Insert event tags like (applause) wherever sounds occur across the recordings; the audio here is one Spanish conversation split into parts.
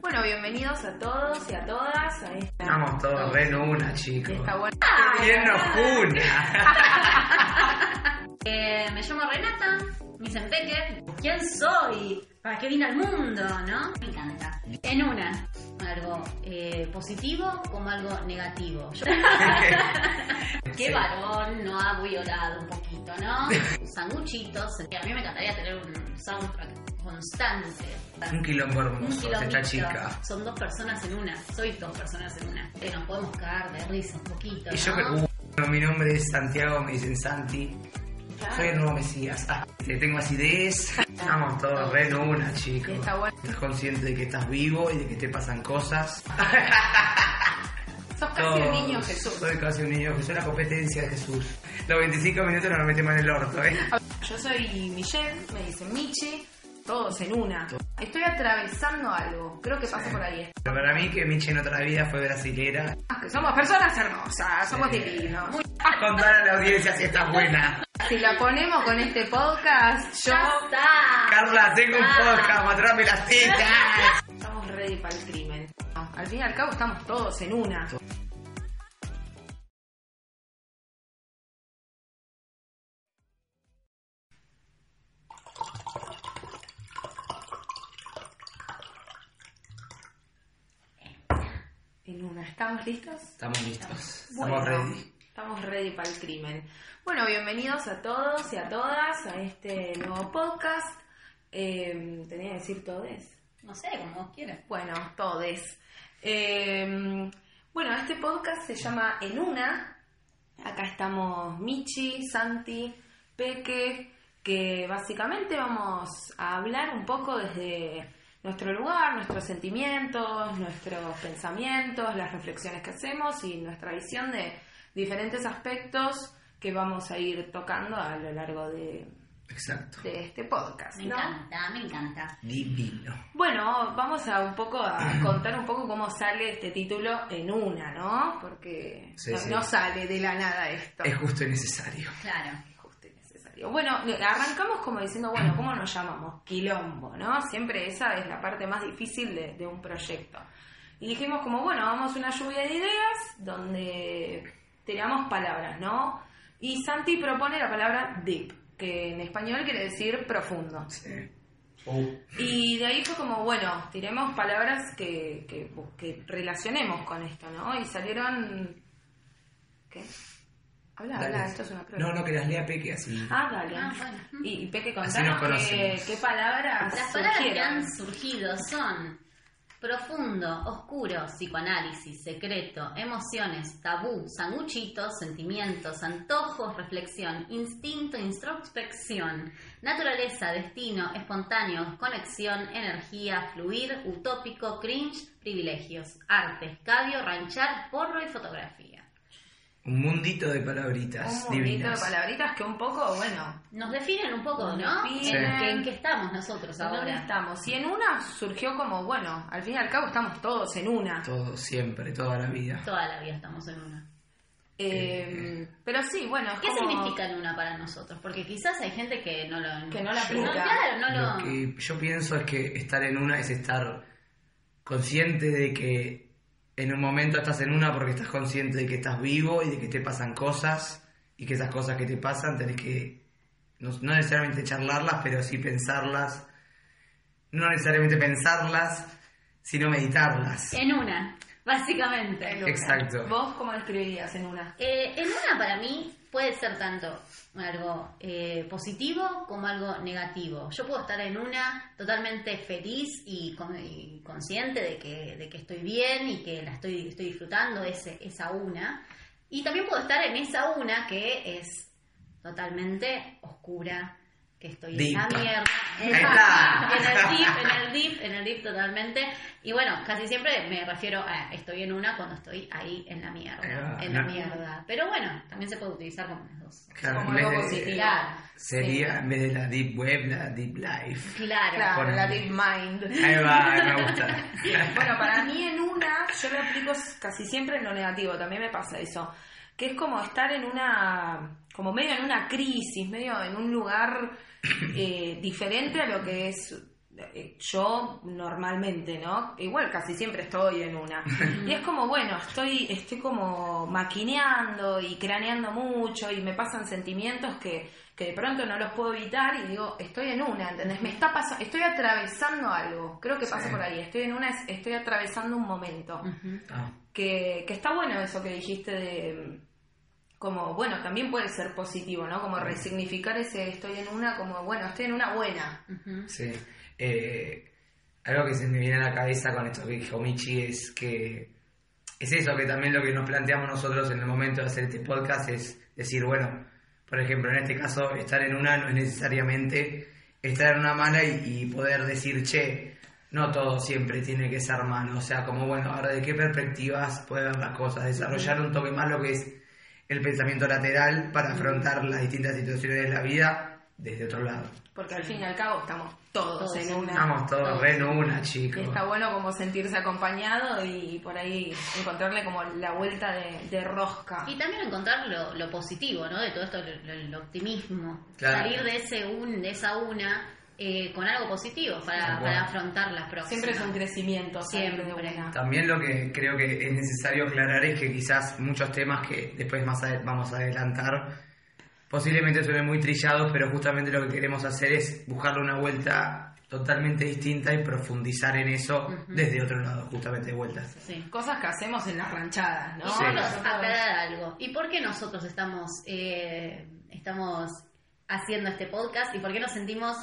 Bueno, bienvenidos a todos y a todas a esta. Estamos todos re en una, chicos. esta buena. ¿Quién nos una? Eh, me llamo Renata, mi Zempeque. ¿Quién soy? ¿Para qué vine al mundo? ¿No? Me encanta. En una. Algo eh, positivo como algo (laughs) negativo. (laughs) Yo- qué varón no ha violado un poquito, (laughs) ¿no? Sanguchitos. A mí me encantaría tener un soundtrack constante. Un quilombo Un hermoso de esta kilómetro. chica. Son dos personas en una. Soy dos personas en una. Que nos podemos cagar de risa un poquito. Y yo Ah. ¿no? creo- Bueno, mi nombre es Santiago, me dicen Santi. Soy el nuevo Mesías. Ah, te tengo acidez. Estamos todos re en una, chicos. Está bueno. Estás consciente de que estás vivo y de que te pasan cosas. Sos casi un Todos. niño Jesús. Soy casi un niño Jesús, la competencia de Jesús. Los 25 minutos no lo metemos en el orto, ¿eh? Yo soy Michelle, me dicen Michi, todos en una. Estoy atravesando algo, creo que pasa por ahí. Pero para mí que Michi en otra vida fue brasilera. Ah, que somos personas hermosas, somos divinos. Muy- Contar a la audiencia si estás buena. Si la ponemos con este podcast, yo ¡Ya está! Carla, tengo Ah. un podcast, matrame las tetas. estamos ready para el crimen. No, al fin y al cabo estamos todos en una. En una, ¿estamos listos? Estamos listos. Bueno, Estamos ready. Estamos ready para el crimen. Bueno, bienvenidos a todos y a todas a este nuevo podcast. Eh, tenía que decir todes. No sé, como vos quieras. Bueno, todes. Eh, bueno, este podcast se llama En Una. Acá estamos Michi, Santi, Peque, que básicamente vamos a hablar un poco desde nuestro lugar, nuestros sentimientos, nuestros pensamientos, las reflexiones que hacemos y nuestra visión de diferentes aspectos que vamos a ir tocando a lo largo de, Exacto. de este podcast. Me ¿no? encanta, me encanta. Divino. Bueno, vamos a un poco (clears throat) a contar un poco cómo sale este título en una, ¿no? Porque Sí, no, sí. no sale de la nada esto. Es justo y necesario. Claro. justo y necesario. Bueno, arrancamos como diciendo, bueno, ¿cómo nos llamamos? Quilombo, ¿no? Siempre esa es la parte más difícil de, de un proyecto. Y dijimos como, bueno, vamos a una lluvia de ideas donde tiramos palabras, ¿no? Y Santi propone la palabra deep, que en español quiere decir profundo. Sí. Oh. Y de ahí fue como, bueno, tiremos palabras que, que, que relacionemos con esto, ¿no? Y salieron... ¿Qué? Habla, Dale. habla, esto es una prueba. No, no, que las lea Peque así. Ah, dale. Ah, bueno. Y, y Peque, Así nos contanos qué, conocemos. qué palabras Las palabras que surgieron. han surgido son profundo, oscuro, psicoanálisis, secreto, emociones, tabú, sanguchitos, sentimientos, antojos, reflexión, instinto, introspección, naturaleza, destino, espontáneo, conexión, energía, fluir, utópico, cringe, privilegios, arte, escabio, ranchar, porro y fotografía. Un mundito de palabritas Un montón de divinas. palabritas que un poco, bueno, Nos definen un poco, Nos ¿no? definen. En, qué- en qué estamos nosotros ¿dónde Pues ahora. estamos? Y en una surgió como, bueno, al fin y al cabo estamos todos en una. Todo, siempre, toda la vida. Toda la vida estamos en una. Eh, pero sí, bueno, es ¿Qué como- significa luna para nosotros? Porque quizás hay gente que no lo... Que no la No, aplica. claro, no lo... Lo que yo pienso es que estar en una es estar consciente de que en un momento estás en una porque estás consciente de que estás vivo y de que te pasan cosas y que esas cosas que te pasan tenés que no, no necesariamente charlarlas, pero sí pensarlas, no necesariamente pensarlas, sino meditarlas. En una, básicamente. En una. Exacto. ¿Vos cómo describirías en una? Eh, en una para mí puede ser tanto algo eh, positivo como algo negativo. Yo puedo estar en una totalmente feliz y, con- y consciente de que, de que estoy bien y que la estoy, estoy disfrutando ese, esa una. Y también puedo estar en esa una que es totalmente oscura, que estoy Deep. en la mierda. Ahí está. En el dip, en el dip, en el dip totalmente. Y bueno, casi siempre me refiero a estoy en una cuando estoy ahí en la mierda. Ah, en la no. mierda. Pero bueno, también se puede utilizar como las dos. Claro, Como en vez algo de- positivo. Claro. sería en vez de la Deep Web, la Deep Life. Claro. Claro, Por- la Deep (laughs) Mind. Ahí va, (laughs) me gusta. Bueno, para mí en una, yo lo aplico casi siempre en lo negativo, también me pasa eso. Que es como estar en una, como medio en una crisis, medio en un lugar eh, diferente a lo que es eh, yo normalmente, ¿no? Igual casi siempre estoy en una. Y es como, bueno, estoy, estoy como maquineando y craneando mucho y me pasan sentimientos que, que de pronto no los puedo evitar y digo, estoy en una, ¿entendés? Me está pasando, estoy atravesando algo, creo que pasa Sí. por ahí, estoy en una, es- estoy atravesando un momento. Ujú. Ah, Que, que está bueno eso que dijiste de mm, como bueno también puede ser positivo no como resignificar ese estoy en una como bueno estoy en una buena Ujú. sí. Eh, algo que se me viene a la cabeza con esto que dijo Michi es que es eso, que también lo que nos planteamos nosotros en el momento de hacer este podcast es decir, bueno, por ejemplo, en este caso, estar en una no es necesariamente estar en una mala y, y poder decir, che, no todo siempre tiene que ser malo. O sea, como bueno, ahora de qué perspectivas puede ver las cosas, desarrollar un toque más lo que es el pensamiento lateral para afrontar las distintas situaciones de la vida desde otro lado. porque al fin y al cabo estamos todos, Todos en en una Vamos todos, re en una, Y chicos. está bueno como sentirse acompañado y por ahí encontrarle como la vuelta de, de rosca. Y también encontrar lo, lo positivo, ¿no? De todo esto, el, el optimismo. Claro. Salir de ese un, de esa una, eh, con algo positivo para, Tal cual. para afrontar las próximas. Siempre es un crecimiento, siempre. Siempre. de una. También lo que creo que es necesario aclarar es que quizás muchos temas que después más ade- vamos a adelantar posiblemente suenen muy trillados, pero justamente lo que queremos hacer es buscarle una vuelta totalmente distinta y profundizar en eso desde otro lado, justamente de vueltas. Sí. Cosas que hacemos en las ranchadas, ¿no? Y solo Nosotros- aclarar algo. ¿Y por qué nosotros estamos, eh, estamos haciendo este podcast y por qué nos sentimos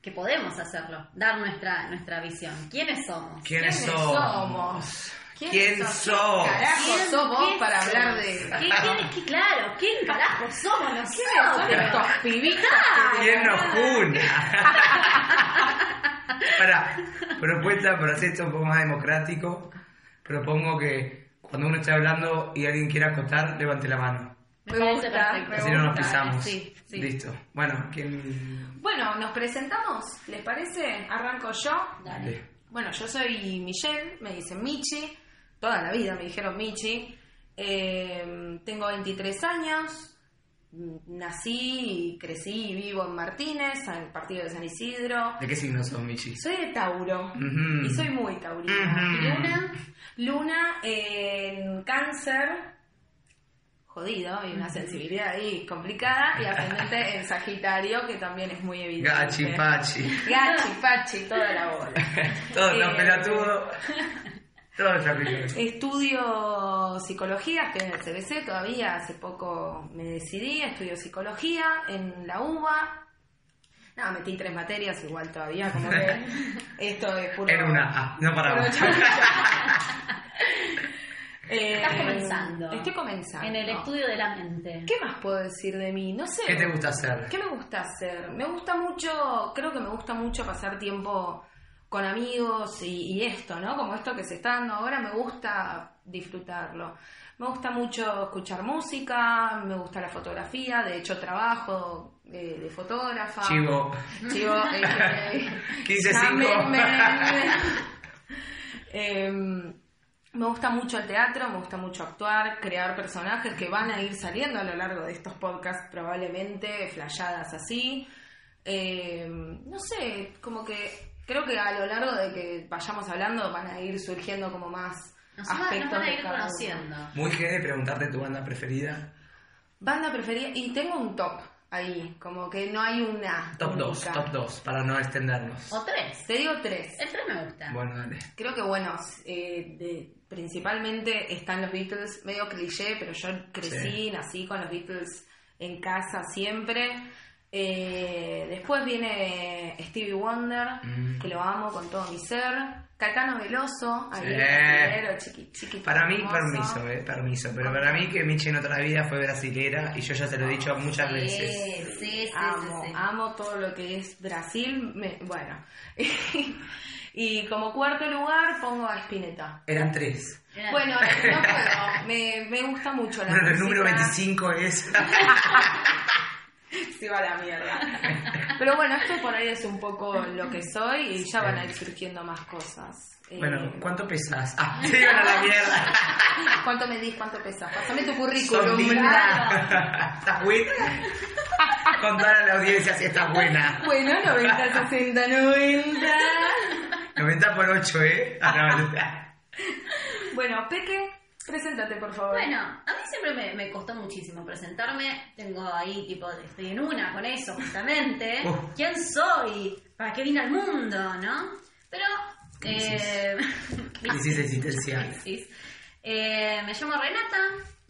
que podemos hacerlo? Dar nuestra, nuestra visión. ¿Quiénes somos? ¿Quiénes, ¿Quiénes somos? ¿Quién, ¿Quiénes sos? ¿Quién Carajo, ¿Quién- sos vos quién para sos? hablar de. ¿Qué, quién- qué- claro, ¿quién carajo somos ¿Quiénes son nosotros? estos pibitos? que te- ¿Quién nos juna? Pará, propuesta para hacer esto un poco más democrático. Propongo que cuando uno esté hablando y alguien quiera acotar, levante la mano. Me parece perfecto. me Así no nos gusta, pisamos. sí, sí. Listo. Bueno, ¿quién? Bueno, nos presentamos, ¿les parece? Arranco yo. Dale. Bueno, yo soy Michelle, me dicen Michi, toda la vida me dijeron Michi. Eh, tengo 23 años, mm, nací, y crecí y vivo en Martínez, al partido de San Isidro. ¿De qué signo sos, Michi? Soy de Tauro Ujú. y soy muy taurina. Ujú. Luna, Luna en cáncer, jodido, y una sensibilidad ahí complicada, y ascendente en Sagitario, que también es muy evidente. Gachi, Pachi. Gachi, Pachi, toda la (laughs) bola. Todos los Eh. pelotudos. Todos los pelotudos. Estudio psicología, estoy en el CBC todavía, hace poco me decidí, estudio psicología en la UBA. Nada, metí tres materias igual todavía, como que (laughs) esto es puro... Era una A, no paraba. puro chancha. Eh, (laughs) Estás comenzando. Estoy comenzando. En el estudio de la mente. ¿Qué más puedo decir de mí? No sé. ¿Qué te gusta hacer? ¿Qué me gusta hacer? Me gusta mucho, creo que me gusta mucho pasar tiempo con amigos y, y esto, ¿no? Como esto que se está dando ahora, me gusta disfrutarlo. Me gusta mucho escuchar música, me gusta la fotografía, de hecho trabajo eh, de fotógrafa. Chivo. (laughs) Chivo, eh, 15-5. llámenme. (laughs) Em, me gusta mucho el teatro, me gusta mucho actuar, crear personajes que van a ir saliendo a lo largo de estos podcasts, probablemente, flayadas así. Em, no sé, como que creo que a lo largo de que vayamos hablando van a ir surgiendo como más Nos, va- aspectos nos van a de ir cada uno. conociendo. Muy genial preguntarte tu banda preferida. Banda preferida, y tengo un top ahí, como que no hay una. Top 2, única. top 2, para no extendernos. O tres. Te digo tres. El tres me gusta. Bueno, dale. Creo que bueno, eh, de- principalmente están los Beatles, medio cliché, pero yo crecí, nací con los Beatles en casa siempre. Eh, después viene Stevie Wonder, Mm. que lo amo con todo mi ser. Cacano Veloso, ahí Sí. era chiqui, chiquito. Para mí, hermoso. permiso, eh, permiso. Pero para mí que Michi en otra vida fue brasilera y yo ya te lo he dicho muchas Sí, veces. sí, sí, sí, Amo, sí. amo todo lo que es Brasil. me- bueno. (laughs) y como cuarto lugar pongo a Spinetta. Eran tres. Era- Bueno, no puedo. Me, me gusta mucho (laughs) la Bueno, el número música. 25 es... Se va a la mierda. Pero bueno, esto por ahí es un poco lo que soy y ya van a ir surgiendo más cosas. Eh, Bueno, ¿cuánto pesas? Ah, (laughs) se iban a la mierda. ¿Cuánto me dis? ¿Cuánto pesas? Pásame tu Son currículum. linda. (laughs) ¿Estás buena? Contar a la audiencia si estás buena. Bueno, 90, 60, 90. 90 por 8, ¿eh? Ah, no, Bueno, Peque, preséntate por favor. Bueno, a mí siempre me, me costó muchísimo presentarme. Tengo ahí, tipo, estoy en una con eso, justamente. Uf. ¿Quién soy? ¿Para qué vine al mundo? ¿No? Pero... Eh, (laughs) crisis existencial. crisis. Eh, me llamo Renata,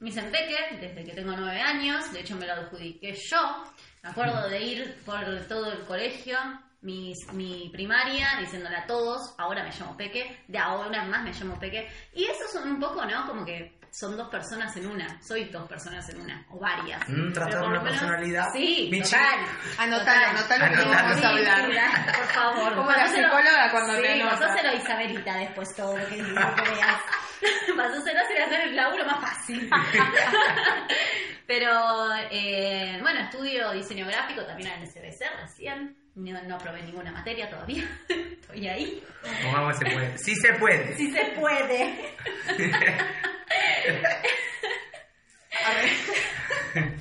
me dicen Peque, desde que tengo nueve años. De hecho, me lo adjudiqué yo. Me acuerdo de ir por todo el colegio, mis- mi primaria, diciéndole a todos, ahora me llamo Peque, de ahora en más me llamo Peque. Y eso es un poco, ¿no? Como que son dos personas en una. Soy dos personas en una, o varias. Mm, Pero trastorno por de lo menos- personalidad. Sí, Michi. total. Anotalo, total. anotalo que vamos a Sí, hablar. mira, Por favor. Como la pasáselo- psicóloga cuando sí, me anota. pasáselo a Isabelita después todo lo que digo, que veas. (laughs) Pasáselo a hacer el laburo (laughs) más fácil. Pero, eh, bueno, estudio diseño gráfico también en SBC recién. No, no probé ninguna materia todavía. (laughs) Estoy ahí. No, Pues vamos, se puede. Sí se puede. Si se puede.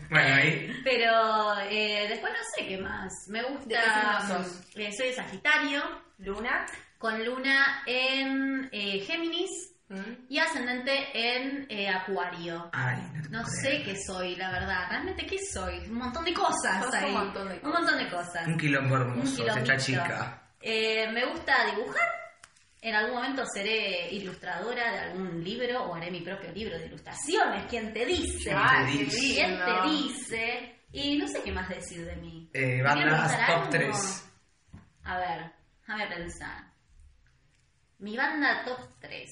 Bueno, ahí. Pero eh, después no sé qué más. Me ¿De qué signo gusta. sos? eh, soy de Sagitario. Luna. con luna en eh, Géminis Mm. y ascendente en eh, Acuario. Ay, no te No puedo sé creer. qué soy, la verdad. Realmente, ¿qué soy? Un montón de cosas Sos un ahí. montón de Un montón de cosas. Un quilombo hermoso Un de esta kilomito. chica. Eh, me gusta dibujar. En algún momento seré ilustradora de algún libro o haré mi propio libro de ilustraciones. ¿Quién te dice? ¿Quién te Ay, dice? ¿Quién lindo. te dice? Y no sé qué más decir de mí. Eh, ¿Me voy a bandas preguntar top algo? 3. A ver, déjame pensar. Mi banda top 3.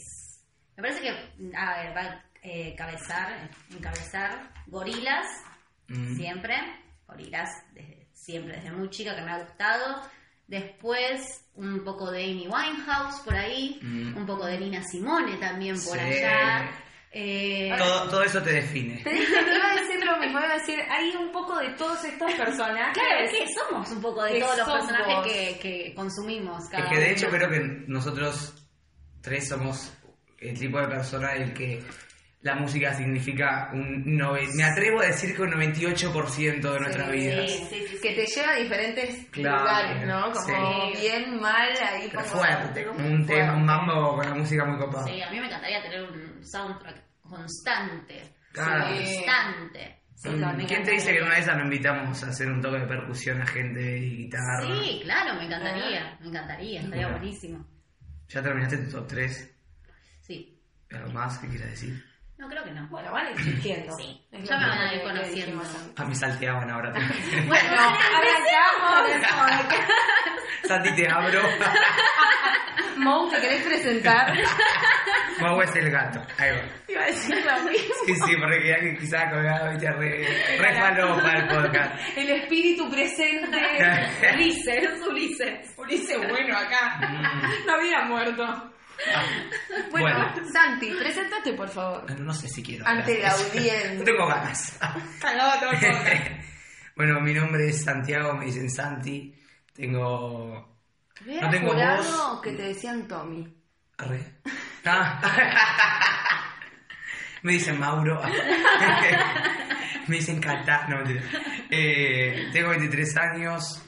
Me parece que, a ver, va a eh, cabezar, encabezar Gorilas, Mm. siempre. Gorilas, desde, siempre, desde muy chica que me ha gustado. Después, un poco de Amy Winehouse por ahí. Mm. Un poco de Nina Simone también por Sí. allá. Eh, Todo, todo eso te define. Te dije, te iba a decir lo mismo, iba a decir, hay un poco de todos estos personajes. Claro, es que somos un poco de Que todos los somos. personajes que, que consumimos. Cada Es que de uno. hecho creo que nosotros tres somos el tipo de persona en el que la música significa un... nove- Me atrevo a decir que un 98% de nuestra vida. Sí, sí, sí, que sí. te lleva a diferentes Claro, lugares, ¿no? Como sí. bien, mal, ahí Pero como- fuerte, como un fuerte. tema, un mambo con la música muy copada. Sí, a mí me encantaría tener un soundtrack constante. Claro. Constante. Sí, Mm, me ¿Quién encantaría. te dice que en una de esas no invitamos a hacer un toque de percusión a gente y guitarra? Sí, claro, me encantaría. Me encantaría, estaría Bueno. buenísimo. ¿Ya terminaste tu top 3? Sí. ¿Algo más que quieras decir? No, creo que no. Bueno, van exigiendo. Sí. Es Ya lo me van a mismo ir que- que conociendo. dijimos antes. A mí salteaban ahora. Bueno, (laughs) No, arrancamos. (laughs) Santi, te abro. Mou, ¿te querés presentar? Mau es el gato. Ahí va. (laughs) Iba a decir lo mismo. Sí, sí, porque ya que quizás colgado, viste, re, re falopa el podcast. El espíritu (laughs) presente. Ulises, es Ulises. Ulises, bueno, acá. Mm. No había muerto. Bueno, Ah, Bueno, Santi, preséntate, por favor. no, no sé si quiero. Ante la gracias. No audiencia. tengo ganas. bueno, mi nombre es Santiago, me dicen Santi. Tengo. Hubiera tengo jurado voz. que te decían Tommy. Arre. Ah. me dicen Mauro. me dicen Cata. No, mentira. Eh, tengo 23 años.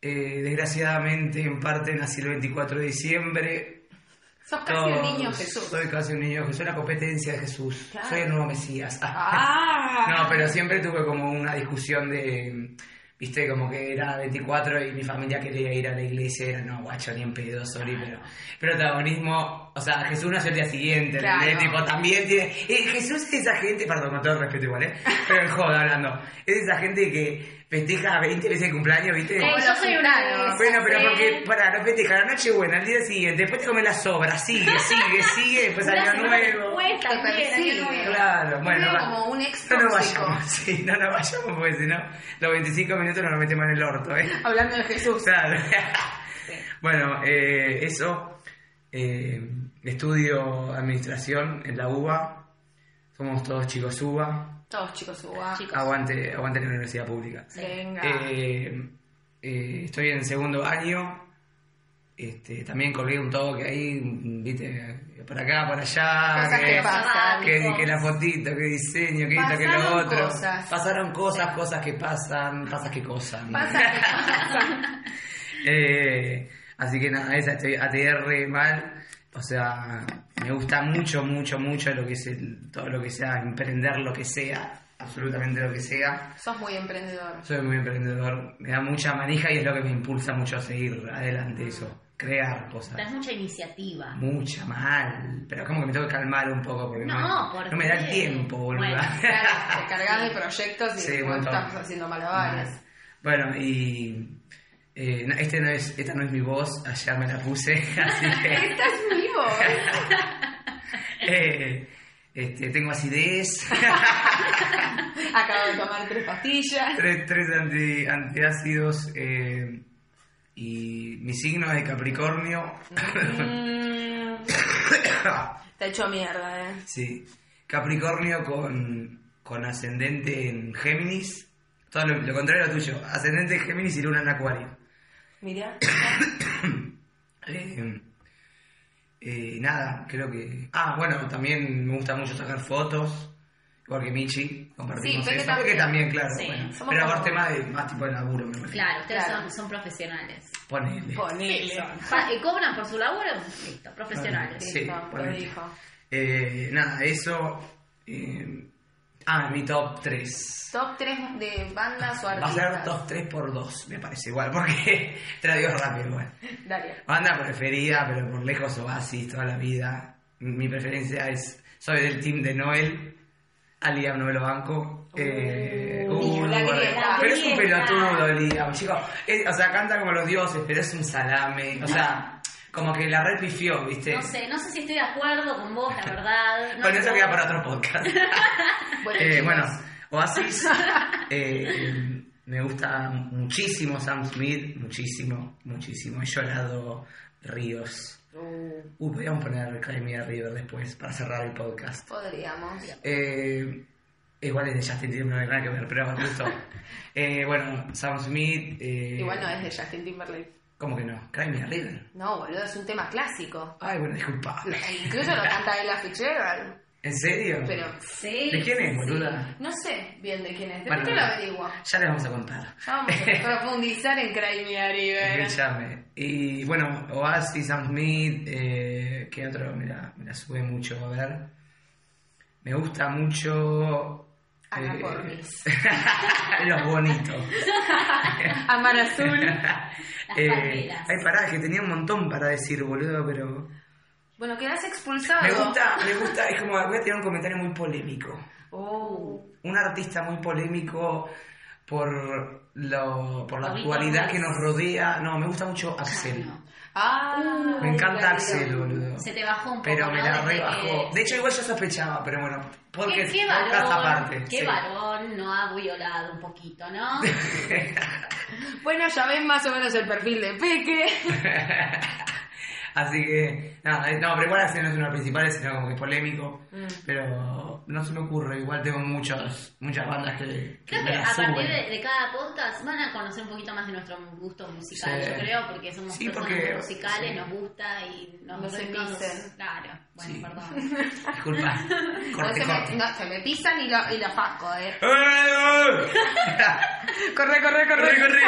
Eh, desgraciadamente, en parte nací el 24 de diciembre. Sos casi un niño Jesús. Soy casi un niño Jesús, la competencia de Jesús. Claro. Soy el nuevo Mesías. Ah. (laughs) No, pero siempre tuve como una discusión de, viste, como que era 24 y mi familia quería ir a la iglesia, y era, no, guacho, ni en pedo, sorry, pero protagonismo, o sea, Jesús nació el día siguiente, Claro. ¿entendés? Tipo, también tiene, eh, Jesús es esa gente, perdón, con todo respeto igual, ¿eh? pero en joda hablando, es esa gente que festeja 20 veces el cumpleaños, ¿viste? Eh, yo soy Urano. Ah, Bueno, pero Sí. porque, para, no festejar la noche buena, al día siguiente, después te comes la sobra, sigue, sigue, sigue, después Una año semana nuevo. después también, Sí, año nuevo. Claro, bueno. Veo va. como un ex No nos tóxico. vayamos, (laughs) sí, no nos vayamos, porque si no, los 25 minutos nos lo metemos en el orto, ¿eh? Hablando de Jesús. Claro. Bueno, eh, eso. eh, estudio administración en la UBA. Somos todos chicos UBA. Todos chicos uva. Chicos. Aguante, aguante la universidad pública. Venga. Eh, eh, estoy en segundo año. Este, también colgué un toque ahí, viste, para acá, para allá. Cosas que pasan. que, que la fotito, que diseño, que esto, que lo Pasaron otro. cosas. Pasaron cosas, cosas que pasan, pasas que cosas. Pasa que (laughs) pasa. Eh, así que nada, esa estoy ATR mal. O sea, me gusta mucho, mucho, mucho lo que es el- todo lo que sea, emprender lo que sea, absolutamente lo que sea. Sos muy emprendedor. Soy muy emprendedor, me da mucha manija y es lo que me impulsa mucho a seguir adelante eso, crear Das cosas. mucha iniciativa. Mucha mal, pero como que me tengo que calmar un poco porque No, no, me- ¿por no me da qué? el tiempo, boludo. (laughs) Bueno, Claro, te cargas de proyectos y Sí, un no montón. estás haciendo malabares. Bueno, y eh, no, este no es, esta no es mi voz, ayer me la puse, (laughs) así que Estás (laughs) vivo. eh, este, tengo acidez, (laughs) Acabo de tomar tres (laughs) pastillas. tres, tres anti- antiácidos eh, y mi signo es de Capricornio. (laughs) Ah, Mm, te hecho mierda, eh. sí, Capricornio con, con ascendente en Géminis, todo lo, lo contrario a lo tuyo, ascendente en Géminis y luna en Acuario. Mirá. Eh, eh, nada, creo que. Ah, bueno, también me gusta mucho sacar fotos. Igual que Michi, compartimos Sí, Peque eso. Peque también. también, claro. Sí, bueno. somos Pero como- aparte más, de, más tipo de laburo, me refiero. Claro, ustedes Claro. Son, son profesionales. Ponele. Ponele. Pa- eh, ¿Cobran por su labor? Listo, profesionales. Ah, Sí, Listo, lo ponele. dijo. Eh, nada, eso. eh, ah, mi top 3. Top 3 de bandas o Va a artistas. ser top 3 por 2, me parece igual, porque (laughs) te la digo rápido igual. Dale. Banda preferida, pero por lejos Oasis toda la vida. Mi preferencia es. Soy del team de Noel. Aliam no me lo banco. Eh, Uh, la bueno. grieta. pero es un La grieta. pelotudo, Liam, chicos. Es- o sea, canta como los dioses, pero es un salame. O sea, como que la red pifió, ¿viste? Ah. No sé, no sé si estoy de acuerdo con vos, la verdad. No bueno, eso sé. queda para otro podcast. (laughs) Bueno, Eh, chicos, bueno, Oasis. eh, eh, me gusta muchísimo Sam Smith, muchísimo, muchísimo. He llorado ríos. Uy, Uh, podríamos poner Academia River después para cerrar el podcast. Podríamos. Eh, igual es de Justin Timberlake, nada que ver, pero me (laughs) gustó. Eh, bueno, Sam Smith. eh, Igual no es de Justin Timberlake. ¿Cómo que no? Academia River. No, boludo, es un tema clásico. E Ay, bueno, disculpa. (laughs) Incluso lo canta Ella Fitzgerald. ¿En serio? Pero Sí. ¿De quién es, sí, boluda? no sé bien de quién es. De Bueno, pronto lo averiguo. Ya les vamos a contar. Ya vamos a profundizar en Cry Me a River. Escúchame. Y bueno, Oasis, Sam Smith, eh, ¿qué otro? Mira, me la sube mucho, a ver. Me gusta mucho. Ana eh, (laughs) Corvis. los bonitos. Amar (laughs) Azul. eh, palmeras. ay, pará, que tenía un montón para decir, boludo, pero. Bueno, quedás expulsado. Me gusta, me gusta, es como voy a tirar un comentario muy polémico. Oh. Un artista muy polémico por, lo, por la Uy, actualidad no. que nos rodea. No, me gusta mucho Axel. no. Ah, Me encanta claro. Axel, boludo. Se te bajó un poco. Pero me ¿no? la Desde rebajó. que- De hecho, igual yo sospechaba, pero bueno, porque ¿Qué, qué podcast varón, aparte. qué sí. varón no ha violado un poquito, (laughs) ¿no? Bueno, ya ven más o menos el perfil de Peque. Así que, nada, eh, no, pero igual así no es uno de los principales, sino como que polémico. Mm. Pero no se me ocurre, igual tengo muchas muchas bandas que, que Creo me que las a suben. partir de, de cada podcast van a conocer un poquito más de nuestro gusto musical, Sí. yo creo, porque somos Sí, personas porque- musicales, sí. nos gusta y nos, Nos re- envicen. Claro, bueno, Sí. (laughs) perdón. (laughs) Disculpa, corte, no, se corte. me, (laughs) no, se me pisan y lo, y lo fajo, eh. ¡Eh! Corre, corre, (laughs) Corre, corre.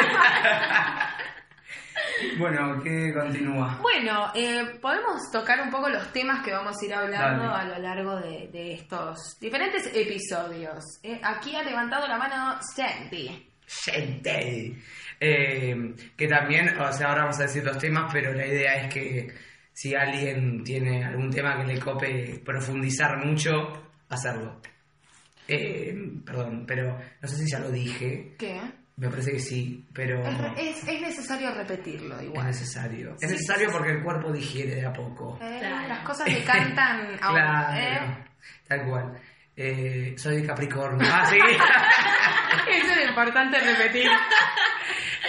bueno, que continúa. Bueno, eh, podemos tocar un poco los temas que vamos a ir hablando Dale. a lo largo de, de estos diferentes episodios. Eh, aquí ha levantado la mano Sandy. Gente. Eh, que también, o sea, ahora vamos a decir los temas, pero la idea es que si alguien tiene algún tema que le cope profundizar mucho, hacerlo. Eh, perdón, pero no sé si ya lo dije. ¿Qué? Me parece que sí, pero Es, es re- es- es necesario repetirlo igual. necesario. Sí, Es necesario sí, sí. porque el cuerpo digiere de a poco. Eh, Claro. Las cosas que (laughs) cantan eh. a uno, Claro, tal cual. Eh, soy de Capricornio. (laughs) Ah, sí. ¿eh? (laughs) Eso es importante repetir.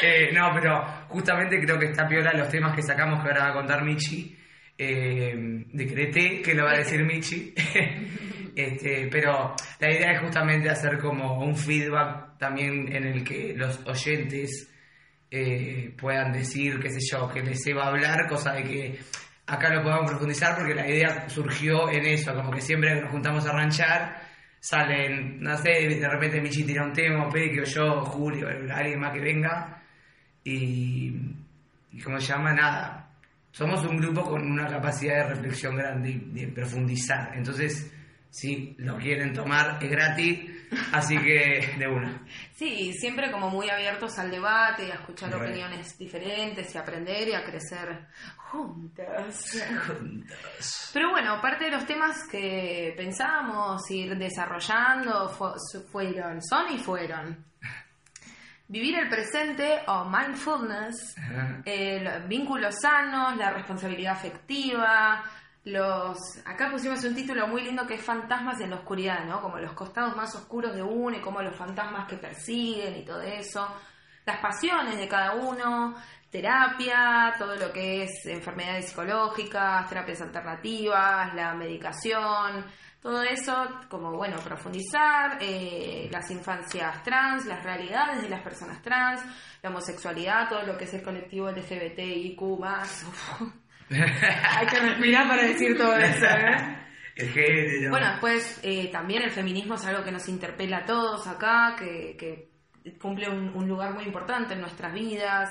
Eh, no, pero justamente creo que está piola los temas que sacamos que ahora va a contar Michi. Eh, decreté que lo va a decir Michi. (laughs) este, pero la idea es justamente hacer como un feedback también en el que los oyentes eh, puedan decir, qué sé yo, que les se va a hablar, cosa de que acá lo podamos profundizar porque la idea surgió en eso, como que siempre que nos juntamos a ranchar salen, no sé, de repente Michi tira un tema, o Peque, o yo, o Julio, o alguien más que venga, y, y como se llama, nada, somos un grupo con una capacidad de reflexión grande y de profundizar, entonces si lo quieren tomar es gratis, así que de una. (laughs) Sí, siempre como muy abiertos al debate y a escuchar Re. opiniones diferentes y aprender y a crecer juntas. Pero bueno, parte de los temas que pensábamos ir desarrollando fu- su- fueron, son y fueron. Vivir el presente o mindfulness, Ajá. eh, los vínculos sanos, la responsabilidad afectiva, los... Acá pusimos un título muy lindo que es Fantasmas en la Oscuridad, ¿no? Como los costados más oscuros de uno y como los fantasmas que persiguen y todo eso. Las pasiones de cada uno, terapia, todo lo que es enfermedades psicológicas, terapias alternativas, la medicación, todo eso, como bueno, profundizar, eh, las infancias trans, las realidades de las personas trans, la homosexualidad, todo lo que es el colectivo LGBTIQ. (laughs) Hay que respirar para decir todo eso, ¿eh? El género. Bueno, después eh, también el feminismo es algo que nos interpela a todos acá, que, que cumple un, un lugar muy importante en nuestras vidas.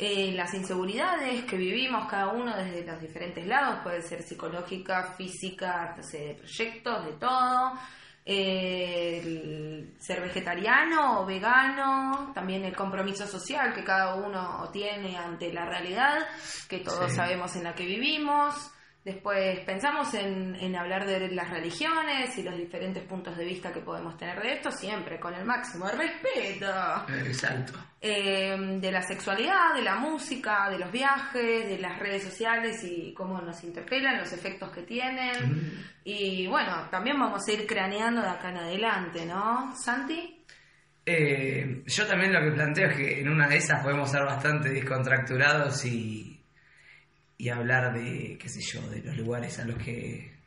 Eh, las inseguridades que vivimos cada uno desde los diferentes lados, puede ser psicológica, física, no sé, de proyectos, de todo. Eh, el ser vegetariano o vegano, también el compromiso social que cada uno tiene ante la realidad, que todos Sí. sabemos en la que vivimos. Después pensamos en, en hablar de las religiones y los diferentes puntos de vista que podemos tener de esto, siempre con el máximo respeto. Exacto. Eh, de la sexualidad, de la música, de los viajes, de las redes sociales y cómo nos interpelan, los efectos que tienen. Y bueno, también vamos a ir craneando de acá en adelante, ¿no? Santi. Eh, yo también lo que planteo es que en una de esas podemos ser bastante descontracturados y, y hablar de, qué sé yo, de los lugares a los que...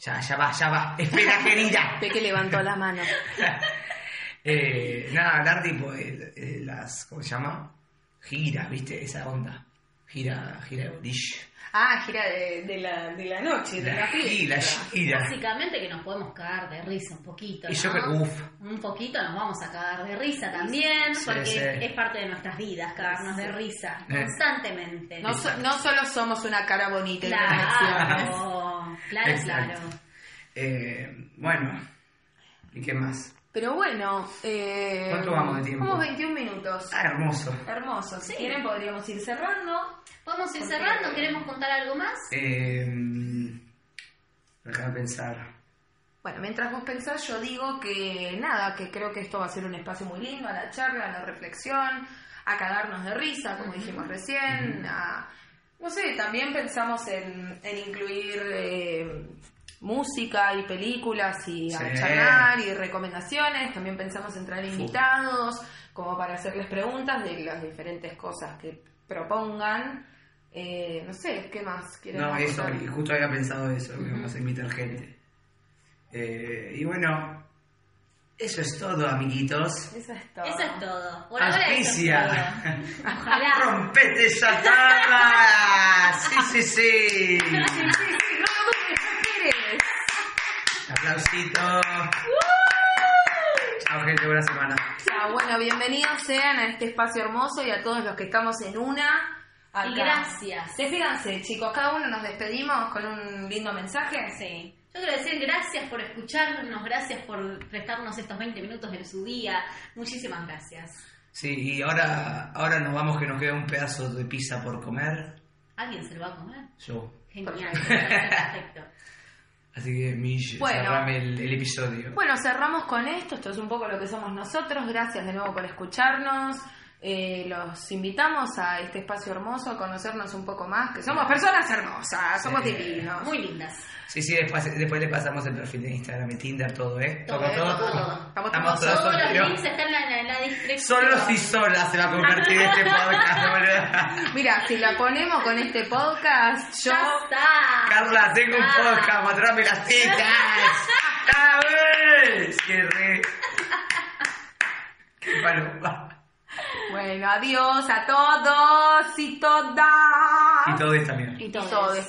Ya, ya va, ya va. Espera, querida. Peque levantó la mano. Eh, nada, hablar tipo de, de las, ¿cómo se llama? Giras, ¿viste? Esa onda. Gira, gira de boliche. Ah, gira de, de la, de la noche, de la gira, fiesta. gira. Básicamente que nos podemos cagar de risa un poquito. Y yo ¿no? que, uff, Un poquito nos vamos a cagar de risa también, Sí, porque sí. es parte de nuestras vidas cagarnos de risa Eh. constantemente. No, so- no solo somos una cara bonita y conexiones. Claro, claro, Exacto. claro. eh, bueno, ¿y qué más? Pero bueno, eh, ¿Cuánto vamos de tiempo? Vamos 21 minutos. Ah, hermoso. Hermoso. Si Sí. quieren podríamos ir cerrando. Podemos ir Porque- cerrando, queremos contar algo más. Eh, déjame pensar. Bueno, mientras vos pensás, yo digo que nada, que creo que esto va a ser un espacio muy lindo, a la charla, a la reflexión, a cagarnos de risa, como dijimos recién, a- no sé, también pensamos en, en incluir eh, música y películas y a Sí. charlar y recomendaciones, también pensamos en traer Fu. invitados, como para hacerles preguntas de las diferentes cosas que propongan. Eh, no sé, ¿qué más quieren No, eso, aportar? y justo había pensado eso, que vamos a invitar gente. Eh, y bueno, eso es todo, amiguitos. Eso es todo. Eso es todo. Por ahora eso es (laughs) todo. Auspicia. Ojalá. ¡Rompete esa barra! ¡Sí, sí, sí! Sí, sí, sí, no, no, no, no, no. Aplausito. Chao, gente, buena semana. Ah, bueno, bienvenidos sean a este espacio hermoso y a todos los que estamos en una. Acá. Y gracias. Despídanse, chicos. Cada uno nos despedimos con un lindo mensaje. Sí. Yo quiero decir gracias por escucharnos, gracias por prestarnos estos 20 minutos de su día. Muchísimas gracias. Sí, y ahora, ahora nos vamos que nos queda un pedazo de pizza por comer. (laughs) ¿Alguien se lo va a comer? Yo. Genial. perfecto. Así que, Mish, Bueno. cerrame el, el episodio. Bueno, cerramos con esto. Esto es un poco lo que somos nosotros. Gracias de nuevo por escucharnos. Eh, los invitamos a este espacio hermoso, a conocernos un poco más, que somos personas hermosas, somos Sí. divinos. Muy lindas. Sí, sí, después, después le pasamos el perfil de Instagram y Tinder, todo, ¿eh? Todo, todo. Estamos Estamos todos Todos los solos. links están en la, en la descripción. Solos y solas se va a convertir este podcast, boludo. Mira, si la ponemos con este (laughs) podcast, yo... Ya está. Carla, tengo un Ah. podcast, mostrame las tetas. ¡A ver! Cierre. Qué paloma. Bueno, adiós a todos y todas. Y todo esta mierda. Y Y todos. todes,